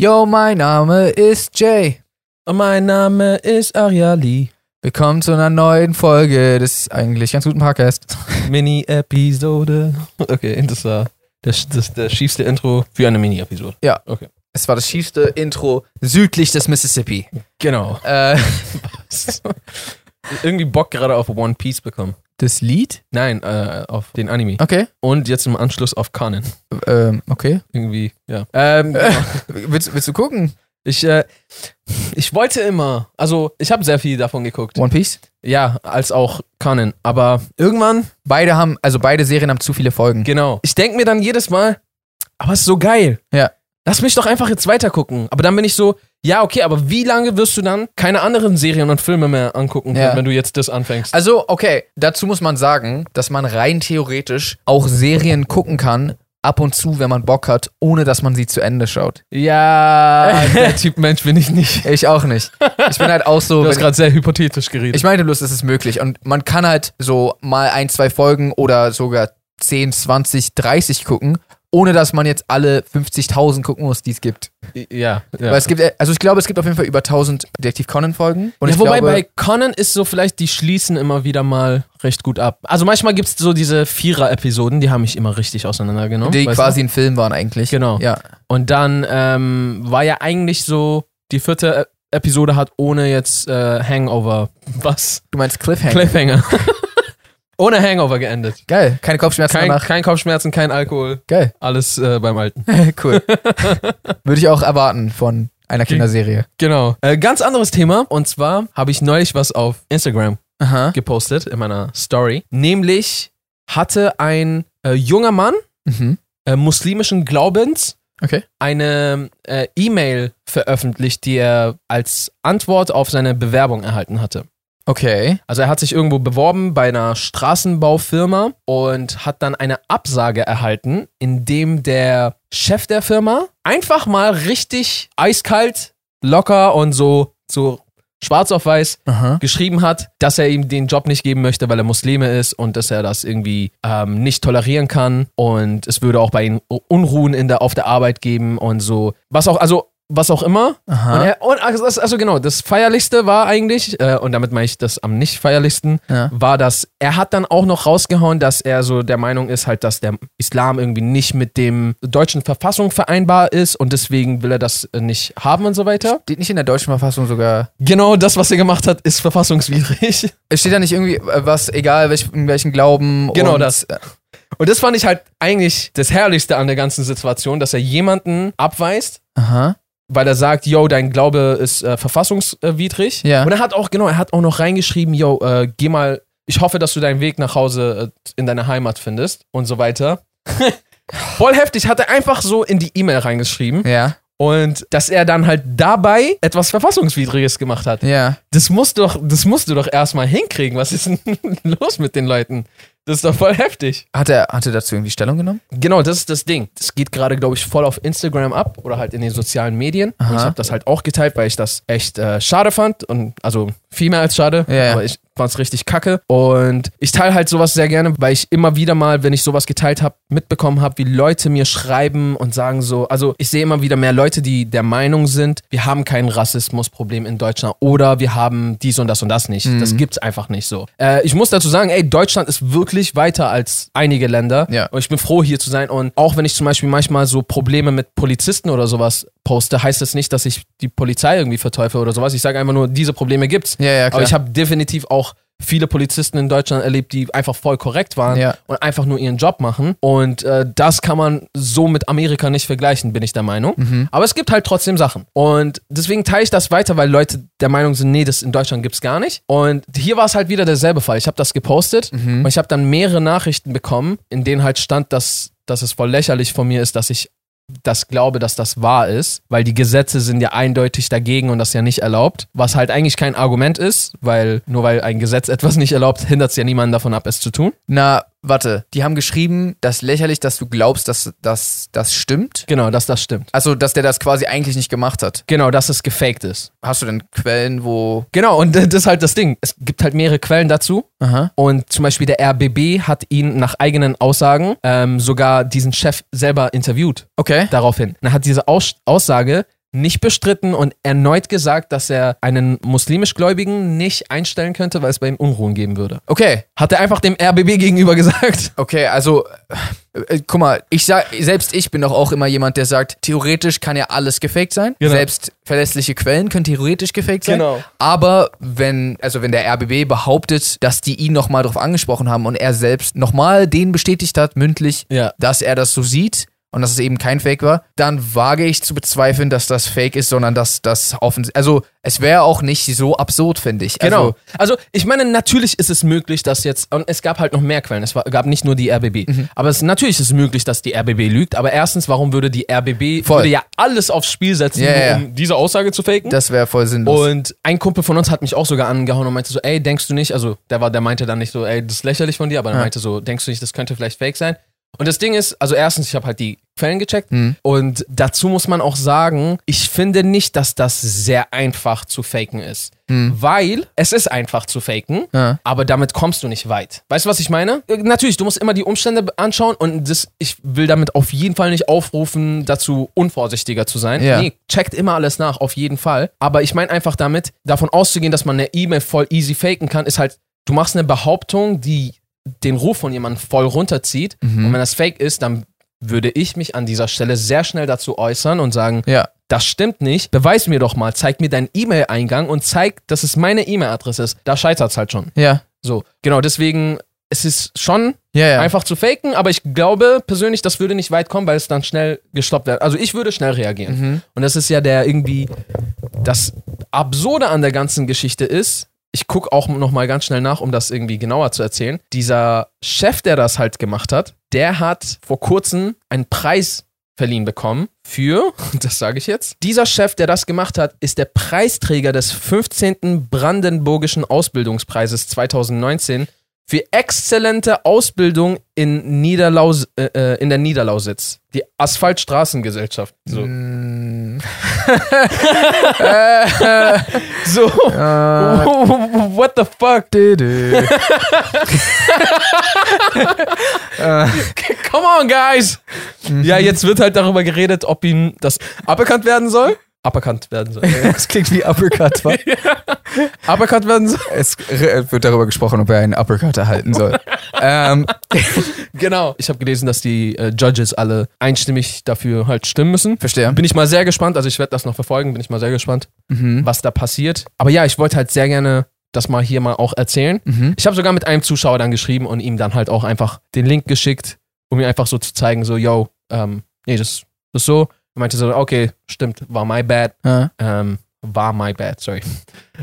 Yo, mein Name ist Jay. Und mein Name ist Ariali. Willkommen zu einer neuen Folge des eigentlich ganz guten Parkest. Mini-Episode. Okay, das war das, das, das schiefste Intro für eine Mini-Episode. Es war das schiefste Intro südlich des Mississippi. Genau. Äh, Irgendwie Bock gerade auf One Piece bekommen. das Lied? Nein, äh, auf den Anime. Okay. Und jetzt im Anschluss auf Conan. Ähm, okay. Irgendwie, ja. Ähm, Äh, willst, willst du gucken? ich, äh, ich wollte immer, also ich habe sehr viel davon geguckt. One Piece? Ja, als auch Conan. Aber irgendwann, Beide haben, also beide Serien haben zu viele Folgen. genau. Ich denke mir dann jedes Mal, aber es ist so geil. Ja. Lass mich doch einfach jetzt weiter gucken. Aber dann bin ich so, ja, okay, aber wie lange wirst du dann keine anderen Serien und Filme mehr angucken, Ja. wenn du jetzt das anfängst? Also, okay, dazu muss man sagen, dass man rein theoretisch auch Serien gucken kann, ab und zu, wenn man Bock hat, ohne dass man sie zu Ende schaut. Ja, der Typ Mensch bin ich nicht. Ich auch nicht. Ich bin halt auch so. Du wenn hast ich- gerade sehr hypothetisch geredet. Ich meine bloß, es ist möglich. Und man kann halt so mal ein, zwei Folgen oder sogar 10, 20, 30 gucken, ohne dass man jetzt alle 50.000 gucken muss, die es gibt. ja, ja. Weil es gibt, also ich glaube, es gibt auf jeden Fall über 1000 Detektiv Conan-Folgen. Und ja, ich wobei glaube, bei Conan ist so vielleicht, die schließen immer wieder mal recht gut ab. Also manchmal gibt es so diese Vierer-Episoden, die haben mich immer richtig auseinandergenommen. die weißt quasi ein Film waren eigentlich. Genau. Ja. Und dann ähm, war ja eigentlich so, die vierte Ä- Episode hat ohne jetzt äh, Hangover, was? Du meinst Cliffhanger. Cliffhanger. ohne Hangover geendet. Geil. Keine Kopfschmerzen Kein, danach. kein Kopfschmerzen, kein Alkohol, Geil. alles äh, beim Alten. cool. Würde ich auch erwarten von einer Kinderserie. Genau. Äh, ganz anderes Thema. Und zwar habe ich neulich was auf Instagram Aha. gepostet in meiner Story. Nämlich hatte ein äh, junger Mann Mhm. äh, muslimischen Glaubens Okay. eine äh, E-Mail veröffentlicht, die er als Antwort auf seine Bewerbung erhalten hatte. Okay. Also er hat sich irgendwo beworben bei einer Straßenbaufirma und hat dann eine Absage erhalten, indem der Chef der Firma einfach mal richtig eiskalt, locker und so, so schwarz auf weiß Aha. geschrieben hat, dass er ihm den Job nicht geben möchte, weil er Muslime ist und dass er das irgendwie ähm, nicht tolerieren kann und es würde auch bei ihm Unruhen in der, auf der Arbeit geben und so. Was auch, also was auch immer. Aha. Und, er, und also, also genau, das Feierlichste war eigentlich, äh, und damit meine ich das am nicht feierlichsten, Ja. war das, er hat dann auch noch rausgehauen, dass er so der Meinung ist, halt, dass der Islam irgendwie nicht mit dem deutschen Verfassung vereinbar ist und deswegen will er das äh, nicht haben und so weiter. Steht nicht in der deutschen Verfassung sogar Genau das, was er gemacht hat, ist verfassungswidrig. Es steht da nicht irgendwie äh, was, egal welch, in welchen Glauben. Genau und, das. äh, Und das fand ich halt eigentlich das Herrlichste an der ganzen Situation, dass er jemanden abweist, Aha. weil er sagt, yo, dein Glaube ist äh, verfassungswidrig. Ja. Und er hat auch, genau, er hat auch noch reingeschrieben, yo, äh, geh mal, ich hoffe, dass du deinen Weg nach Hause äh, in deine Heimat findest und so weiter. Voll heftig, hat er einfach so in die E-Mail reingeschrieben Ja, und dass er dann halt dabei etwas Verfassungswidriges gemacht hat. ja. Das musst du doch, das musst du doch erstmal hinkriegen. Was ist denn los mit den Leuten? Das ist doch voll heftig. Hat er, hat er dazu irgendwie Stellung genommen? Genau, das ist das Ding. Das geht gerade, glaube ich, voll auf Instagram ab oder halt in den sozialen Medien. Und ich Aha. habe das halt auch geteilt, weil ich das echt äh, schade fand. Und also viel mehr als schade. Ja, ja. Aber ich fand's richtig kacke. Und ich teile halt sowas sehr gerne, weil ich immer wieder mal, wenn ich sowas geteilt habe, mitbekommen habe, wie Leute mir schreiben und sagen so, also ich sehe immer wieder mehr Leute, die der Meinung sind, wir haben kein Rassismusproblem in Deutschland oder wir haben dies und das und das nicht. Mhm. Das gibt's einfach nicht so. Äh, ich muss dazu sagen, ey, Deutschland ist wirklich weiter als einige Länder. Ja. Und ich bin froh, hier zu sein. Und auch wenn ich zum Beispiel manchmal so Probleme mit Polizisten oder sowas poste, heißt das nicht, dass ich die Polizei irgendwie verteufel oder sowas. Ich sage einfach nur, diese Probleme gibt's. Ja, ja, klar. Aber ich habe definitiv auch viele Polizisten in Deutschland erlebt, die einfach voll korrekt waren Ja. und einfach nur ihren Job machen. Und äh, das kann man so mit Amerika nicht vergleichen, bin ich der Meinung. Aber es gibt halt trotzdem Sachen. Und deswegen teile ich das weiter, weil Leute der Meinung sind, nee, das in Deutschland gibt's gar nicht. Und hier war es halt wieder derselbe Fall. Ich habe das gepostet und ich habe dann mehrere Nachrichten bekommen, in denen halt stand, dass, dass es voll lächerlich von mir ist, dass ich das glaube, dass das wahr ist, weil die Gesetze sind ja eindeutig dagegen und das ja nicht erlaubt, was halt eigentlich kein Argument ist, weil nur weil ein Gesetz etwas nicht erlaubt, hindert es ja niemanden davon ab, es zu tun. Na, warte. Die haben geschrieben, das ist lächerlich, dass du glaubst, dass dass- das stimmt. Genau, dass das stimmt. Also, dass der das quasi eigentlich nicht gemacht hat. Genau, dass es gefaked ist. Hast du denn Quellen, wo. Genau, und das ist halt das Ding. Es gibt halt mehrere Quellen dazu. Aha. Und zum Beispiel der RBB hat ihn nach eigenen Aussagen ähm, sogar diesen Chef selber interviewt Okay. daraufhin. Dann hat diese Aus Aussage nicht bestritten und erneut gesagt, dass er einen muslimischgläubigen nicht einstellen könnte, weil es bei ihm Unruhen geben würde. Okay, Hat er einfach dem RBB gegenüber gesagt. okay, also äh, äh, guck mal, ich sag, selbst ich bin doch auch immer jemand, der sagt, theoretisch kann ja alles gefaked sein. Genau. Selbst verlässliche Quellen können theoretisch gefaked sein. Genau. Aber wenn, also wenn der RBB behauptet, dass die ihn nochmal drauf angesprochen haben und er selbst nochmal den bestätigt hat, mündlich, Ja. dass er das so sieht und dass es eben kein Fake war, dann wage ich zu bezweifeln, dass das Fake ist, sondern dass das offensichtlich. Also, es wäre auch nicht so absurd, finde ich. Genau. Also, ich meine, natürlich ist es möglich, dass jetzt, und es gab halt noch mehr Quellen, es war, gab nicht nur die RBB, Mhm. aber es, natürlich ist es möglich, dass die RBB lügt, aber erstens, warum würde die RBB, Voll. würde ja alles aufs Spiel setzen, Ja, nur ja. um diese Aussage zu faken? Das wäre voll sinnlos. Und ein Kumpel von uns hat mich auch sogar angehauen und meinte so, ey, denkst du nicht, also der war, der meinte dann nicht so, ey, das ist lächerlich von dir, aber er Ja. meinte so, denkst du nicht, das könnte vielleicht fake sein? Und das Ding ist, also erstens, ich habe halt die Quellen gecheckt Mhm. und dazu muss man auch sagen, ich finde nicht, dass das sehr einfach zu faken ist. Weil es ist einfach zu faken, Mhm. Ja. aber damit kommst du nicht weit. Weißt du, was ich meine? Äh, Natürlich, du musst immer die Umstände anschauen und das, ich will damit auf jeden Fall nicht aufrufen, dazu unvorsichtiger zu sein. Ja. Nee, checkt immer alles nach, auf jeden Fall. Aber ich meine einfach damit, davon auszugehen, dass man eine E-Mail voll easy faken kann, ist halt, du machst eine Behauptung, die den Ruf von jemandem voll runterzieht. Mhm. Und wenn das fake ist, dann würde ich mich an dieser Stelle sehr schnell dazu äußern und sagen, ja. das stimmt nicht. Beweis mir doch mal, zeig mir deinen E-Mail-Eingang und zeig, dass es meine E-Mail-Adresse ist. Da scheitert's halt schon. Ja. So, genau, deswegen, es ist schon Ja, ja. einfach zu faken, aber ich glaube persönlich, das würde nicht weit kommen, weil es dann schnell gestoppt wird. Also ich würde schnell reagieren. Mhm. Und das ist ja der irgendwie, das Absurde an der ganzen Geschichte ist, ich gucke auch nochmal ganz schnell nach, um das irgendwie genauer zu erzählen. Dieser Chef, der das halt gemacht hat, der hat vor kurzem einen Preis verliehen bekommen für, das sage ich jetzt, dieser Chef, der das gemacht hat, ist der Preisträger des 15. Brandenburgischen Ausbildungspreises 2019 für exzellente Ausbildung in, Niederlaus äh, äh, in der Niederlausitz, die Asphaltstraßengesellschaft. So. Mm, so. äh, Mhm. What the fuck? dü, dü. Come on, guys! Ja, jetzt wird halt darüber geredet, ob ihm das aberkannt werden soll. Aberkannt werden soll. das klingt wie Uppercut. wa? aberkannt werden soll. es r- wird darüber gesprochen, ob er einen Uppercut erhalten soll. ähm, Genau. Ich habe gelesen, dass die äh, Judges alle einstimmig dafür halt stimmen müssen. verstehe. Bin ich mal sehr gespannt. Also ich werde das noch verfolgen. Bin ich mal sehr gespannt, Mhm. was da passiert. Aber ja, ich wollte halt sehr gerne das mal hier mal auch erzählen. Mhm. Ich habe sogar mit einem Zuschauer dann geschrieben und ihm dann halt auch einfach den Link geschickt, um mir einfach so zu zeigen, so, yo, ähm, nee, das, das ist so. Er meinte so, okay, stimmt, war my bad. Ja. Ähm, war my bad, sorry.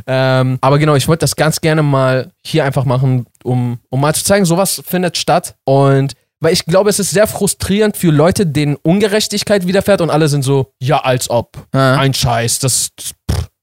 Ähm, aber genau, ich wollte das ganz gerne mal hier einfach machen, um, um mal zu zeigen, sowas findet statt. Und weil ich glaube, es ist sehr frustrierend für Leute, denen Ungerechtigkeit widerfährt und alle sind so, ja, als ob. Ja. Ein Scheiß, das. Pff,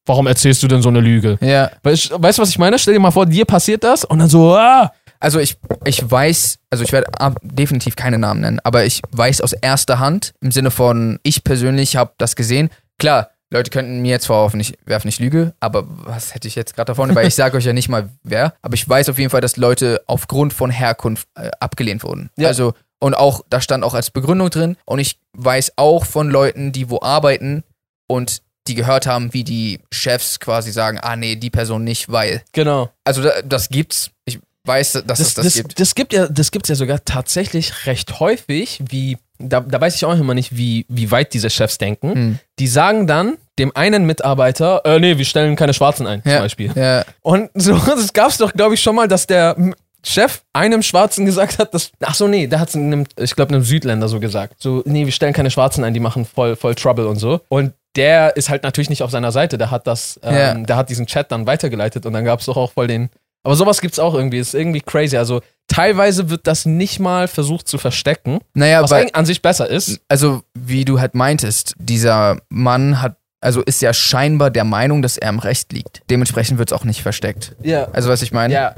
warum erzählst du denn so eine Lüge? ja. Weißt, weißt du, was ich meine? Stell dir mal vor, dir passiert das und dann so, ah, Also ich, ich weiß, also ich werde ab- definitiv keine Namen nennen, aber ich weiß aus erster Hand, im Sinne von, ich persönlich habe das gesehen. Klar, Leute könnten mir jetzt vorwerfen, ich werfe nicht Lüge, aber was hätte ich jetzt gerade davon? Weil ich sage euch ja nicht mal wer, aber ich weiß auf jeden Fall, dass Leute aufgrund von Herkunft äh, abgelehnt wurden. Ja. Also und auch, da stand auch als Begründung drin. Und ich weiß auch von Leuten, die wo arbeiten und die gehört haben, wie die Chefs quasi sagen, ah nee, die Person nicht, weil. Genau. Also da, das gibt's. Ich weiß, dass es Das, das, das, gibt. das gibt ja, das gibt's ja sogar tatsächlich recht häufig, wie, da, da weiß ich auch immer nicht, wie, wie weit diese Chefs denken. Hm. Die sagen dann dem einen Mitarbeiter, äh, nee, wir stellen keine Schwarzen ein, Ja. zum Beispiel. Ja, Und so, das gab's doch, glaube ich, schon mal, dass der m, Chef einem Schwarzen gesagt hat, dass, ach so, nee, der hat's einem, ich glaube, einem Südländer so gesagt. So, nee, wir stellen keine Schwarzen ein, die machen voll, voll Trouble und so. Und der ist halt natürlich nicht auf seiner Seite, der hat das, ähm, Ja. der hat diesen Chat dann weitergeleitet und dann gab's doch auch voll den, aber sowas gibt's auch irgendwie, ist irgendwie crazy. Also, teilweise wird das nicht mal versucht zu verstecken, naja, was weil, eigentlich an sich besser ist. also wie du halt meintest, dieser Mann hat, also ist ja scheinbar der Meinung, dass er im Recht liegt. Dementsprechend wird es auch nicht versteckt. Ja. Also was ich meine? Ja,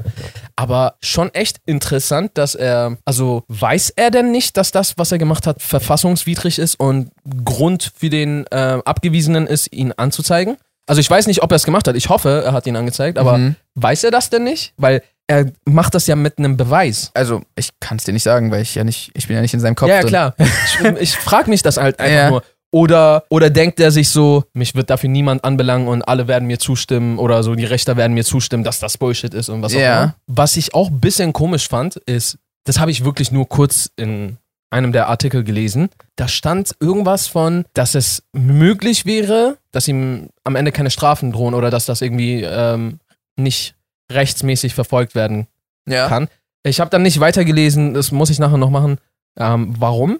aber schon echt interessant, dass er, also weiß er denn nicht, dass das, was er gemacht hat, verfassungswidrig ist und Grund für den äh, Abgewiesenen ist, ihn anzuzeigen? Also ich weiß nicht, ob er es gemacht hat. Ich hoffe, er hat ihn angezeigt, aber Mhm. weiß er das denn nicht? Weil er macht das ja mit einem Beweis. Also ich kann es dir nicht sagen, weil ich ja nicht, ich bin ja nicht in seinem Kopf ja, ähm, ja, drin. klar. ich ich frage mich das halt einfach Ja. nur. Oder, oder denkt er sich so, mich wird dafür niemand anbelangen und alle werden mir zustimmen oder so, die Rechter werden mir zustimmen, dass das Bullshit ist und was Ja. auch immer. Was ich auch ein bisschen komisch fand, ist, das habe ich wirklich nur kurz in einem der Artikel gelesen, da stand irgendwas von, dass es möglich wäre, dass ihm am Ende keine Strafen drohen oder dass das irgendwie ähm, nicht rechtsmäßig verfolgt werden Ja. kann. Ich habe dann nicht weitergelesen, das muss ich nachher noch machen, ähm, warum.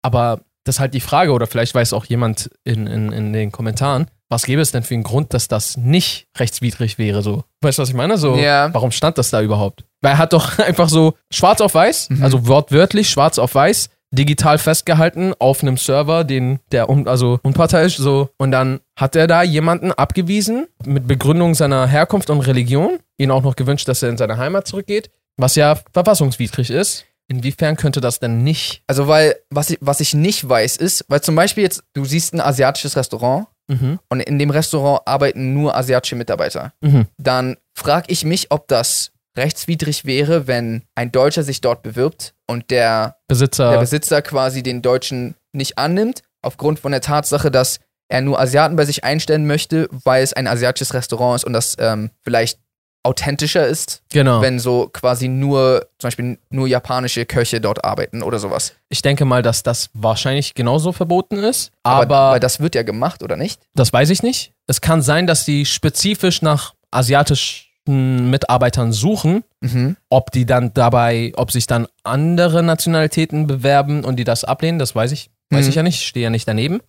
Aber das ist halt die Frage, oder vielleicht weiß auch jemand in, in, in den Kommentaren, was gäbe es denn für einen Grund, dass das nicht rechtswidrig wäre? So. Weißt du, was ich meine? So, Ja. Warum stand das da überhaupt? Weil er hat doch einfach so schwarz auf weiß, Mhm. also wortwörtlich schwarz auf weiß, digital festgehalten auf einem Server, den der un, also unparteiisch so und dann hat er da jemanden abgewiesen mit Begründung seiner Herkunft und Religion, ihn auch noch gewünscht, dass er in seine Heimat zurückgeht, was ja verfassungswidrig ist. Inwiefern könnte das denn nicht? Also, weil, was ich, was ich nicht weiß, ist, weil zum Beispiel jetzt, du siehst ein asiatisches Restaurant Mhm. und in dem Restaurant arbeiten nur asiatische Mitarbeiter. Mhm. Dann frage ich mich, ob das rechtswidrig wäre, wenn ein Deutscher sich dort bewirbt und der Besitzer. der Besitzer quasi den Deutschen nicht annimmt, aufgrund von der Tatsache, dass er nur Asiaten bei sich einstellen möchte, weil es ein asiatisches Restaurant ist und das ähm, vielleicht authentischer ist, genau. wenn so quasi nur, zum Beispiel nur japanische Köche dort arbeiten oder sowas. Ich denke mal, dass das wahrscheinlich genauso verboten ist. weil das wird ja gemacht, oder nicht? Das weiß ich nicht. Es kann sein, dass die spezifisch nach asiatischen Mitarbeitern suchen, Mhm. ob die dann dabei, ob sich dann andere Nationalitäten bewerben und die das ablehnen, das weiß ich, weiß Mhm. ich ja nicht, stehe ja nicht daneben.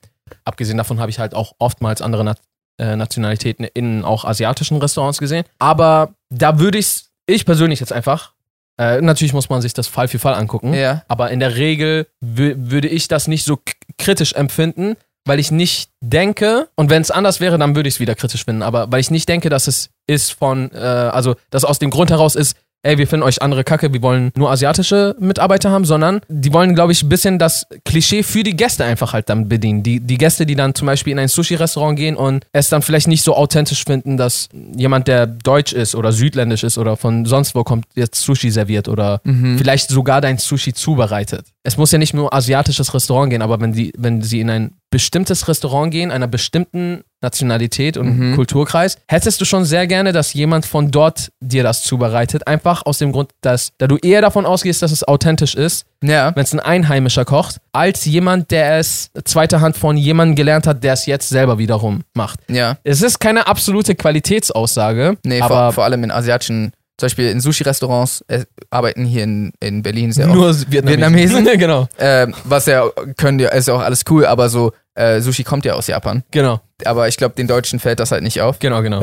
Abgesehen davon habe ich halt auch oftmals andere Na äh, Nationalitäten in auch asiatischen Restaurants gesehen. Aber da würde ich, ich persönlich jetzt einfach, äh, natürlich muss man sich das Fall für Fall angucken. Ja. Aber in der Regel wü- würde ich das nicht so k- kritisch empfinden, weil ich nicht denke, und wenn es anders wäre, dann würde ich es wieder kritisch finden, aber weil ich nicht denke, dass es ist von, äh, also dass aus dem Grund heraus ist, ey, wir finden euch andere Kacke, wir wollen nur asiatische Mitarbeiter haben, sondern die wollen, glaube ich, ein bisschen das Klischee für die Gäste einfach halt dann bedienen. Die, die Gäste, die dann zum Beispiel in ein Sushi-Restaurant gehen und es dann vielleicht nicht so authentisch finden, dass jemand, der deutsch ist oder südländisch ist oder von sonst wo kommt, jetzt Sushi serviert oder vielleicht sogar dein Sushi zubereitet. Es muss ja nicht nur asiatisches Restaurant gehen, aber wenn sie, wenn sie in ein bestimmtes Restaurant gehen, einer bestimmten Nationalität und Mhm. Kulturkreis, hättest du schon sehr gerne, dass jemand von dort dir das zubereitet. Einfach aus dem Grund, dass, da du eher davon ausgehst, dass es authentisch ist, Ja. wenn es ein Einheimischer kocht, als jemand, der es zweiter Hand von jemandem gelernt hat, der es jetzt selber wiederum macht. Ja. Es ist keine absolute Qualitätsaussage, Nee, aber vor, vor allem in asiatischen, zum Beispiel in Sushi-Restaurants äh, arbeiten hier in, in Berlin sehr oft. nur Vietnamesen. genau, Ähm, was ja, können ja, ist ja auch alles cool, aber so, äh, Sushi kommt ja aus Japan. genau. Aber ich glaube, den Deutschen fällt das halt nicht auf. Genau, genau.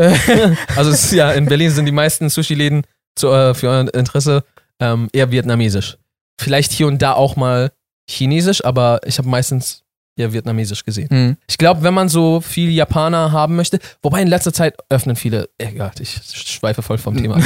also es, ist ja, in Berlin sind die meisten Sushi-Läden zu, äh, für euer Interesse ähm, eher vietnamesisch. Vielleicht hier und da auch mal chinesisch, aber ich habe meistens eher vietnamesisch gesehen. Mhm. Ich glaube, wenn man so viel Japaner haben möchte, wobei in letzter Zeit öffnen viele, egal, ich schweife voll vom Thema. ab.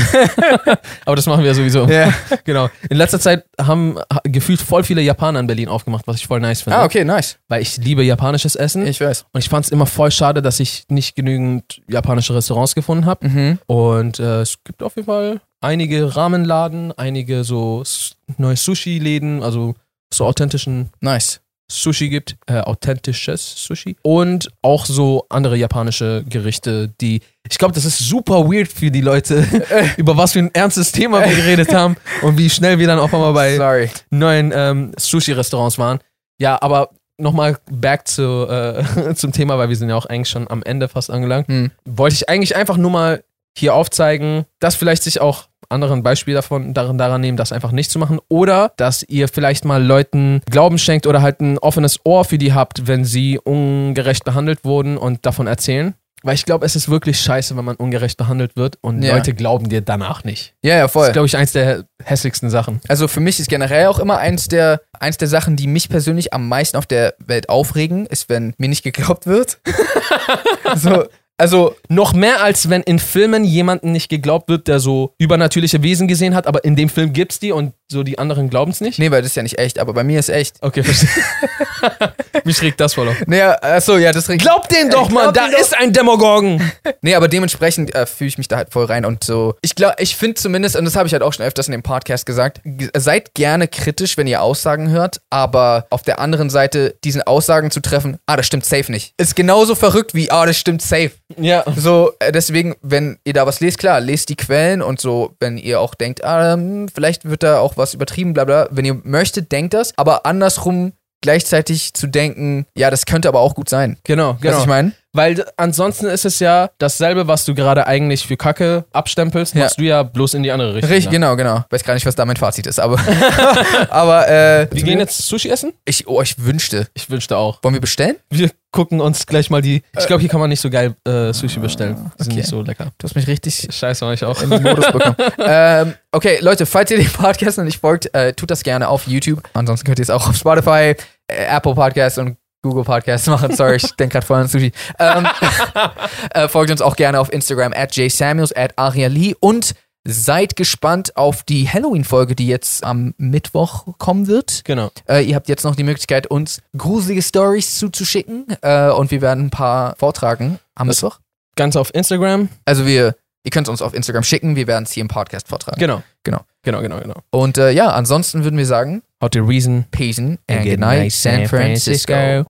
aber das machen wir ja sowieso. Ja. Genau. In letzter Zeit haben ha- gefühlt voll viele Japaner in Berlin aufgemacht, was ich voll nice finde. Ah, okay, nice. Weil ich liebe japanisches Essen. Ich weiß. Und ich fand es immer voll schade, dass ich nicht genügend japanische Restaurants gefunden habe. Mhm. Und äh, es gibt auf jeden Fall einige Ramenladen, einige so s- neue Sushi-Läden, also so authentischen Nice. Sushi gibt, äh, authentisches Sushi. Und auch so andere japanische Gerichte, die. Ich glaube, das ist super weird für die Leute, über was für ein ernstes Thema wir geredet haben und wie schnell wir dann auf einmal bei Sorry. neuen ähm, Sushi-Restaurants waren. Ja, aber nochmal back zu, äh, zum Thema, weil wir sind ja auch eigentlich schon am Ende fast angelangt. Hm. Wollte ich eigentlich einfach nur mal hier aufzeigen, dass vielleicht sich auch anderen Beispiel davon daran, daran nehmen, das einfach nicht zu machen oder dass ihr vielleicht mal Leuten Glauben schenkt oder halt ein offenes Ohr für die habt, wenn sie ungerecht behandelt wurden und davon erzählen. Weil ich glaube, es ist wirklich scheiße, wenn man ungerecht behandelt wird und Ja. Leute glauben dir danach nicht. Ja, ja, Das ist, voll. glaube ich, eins der hässlichsten Sachen. Also für mich ist generell auch immer eins der, eins der Sachen, die mich persönlich am meisten auf der Welt aufregen, ist, wenn mir nicht geglaubt wird. so, also, Noch mehr als wenn in Filmen jemandem nicht geglaubt wird, der so übernatürliche Wesen gesehen hat, aber in dem Film gibt's die und So, die anderen glauben es nicht? Nee, weil das ist ja nicht echt, aber bei mir ist echt. Okay, verstehe. Mich regt das voll auf. Naja, achso, ja, das regt. Glaub den doch, Ich Mann, glaub da den doch. ist ein Demogorgon. Nee, aber dementsprechend äh, fühle ich mich da halt voll rein und so. Ich glaube, ich finde zumindest, und das habe ich halt auch schon öfters in dem Podcast gesagt, g- seid gerne kritisch, wenn ihr Aussagen hört, aber auf der anderen Seite diesen Aussagen zu treffen, ah, das stimmt safe nicht, ist genauso verrückt wie, ah, das stimmt safe. ja. So, äh, deswegen, wenn ihr da was lest, klar, lest die Quellen und so, wenn ihr auch denkt, ah, hm, vielleicht wird da auch was übertrieben, bla bla, wenn ihr möchtet, denkt das, aber andersrum gleichzeitig zu denken, ja, das könnte aber auch gut sein. Genau, Genau. genau. Was ich meine? Weil d- ansonsten ist es ja dasselbe, was du gerade eigentlich für Kacke abstempelst, Ja. machst du ja bloß in die andere Richtung. ne? Richtig, Ja. genau, genau. Weiß gar nicht, was da mein Fazit ist, aber. aber, äh. Wir gehen jetzt Sushi essen? Ich, oh, ich wünschte. Ich wünschte auch. Wollen wir bestellen? Wir gucken uns gleich mal die. Ich glaube, hier kann man nicht so geil äh, Sushi bestellen. Die sind okay. nicht so lecker. Du hast mich richtig Scheiße, mach ich auch. in den Modus bekommen. ähm, okay, Leute, falls ihr dem Podcast noch nicht folgt, äh, tut das gerne auf YouTube. Ansonsten könnt ihr es auch auf Spotify, äh, Apple Podcasts und Google Podcasts machen. Sorry, ich denke gerade voll an Sushi. Ähm, äh, folgt uns auch gerne auf Instagram at jsamuels, at ariali und seid gespannt auf die Halloween-Folge, die jetzt am Mittwoch kommen wird. Genau. Äh, ihr habt jetzt noch die Möglichkeit, uns gruselige Stories zuzuschicken äh, und wir werden ein paar vortragen am Das- Mittwoch. Ganz auf Instagram. Also wir, ihr könnt uns auf Instagram schicken, wir werden es hier im Podcast vortragen. Genau. Genau. Genau, genau, genau. Und äh, ja, ansonsten würden wir sagen, How to reason Peace and good night, San Francisco.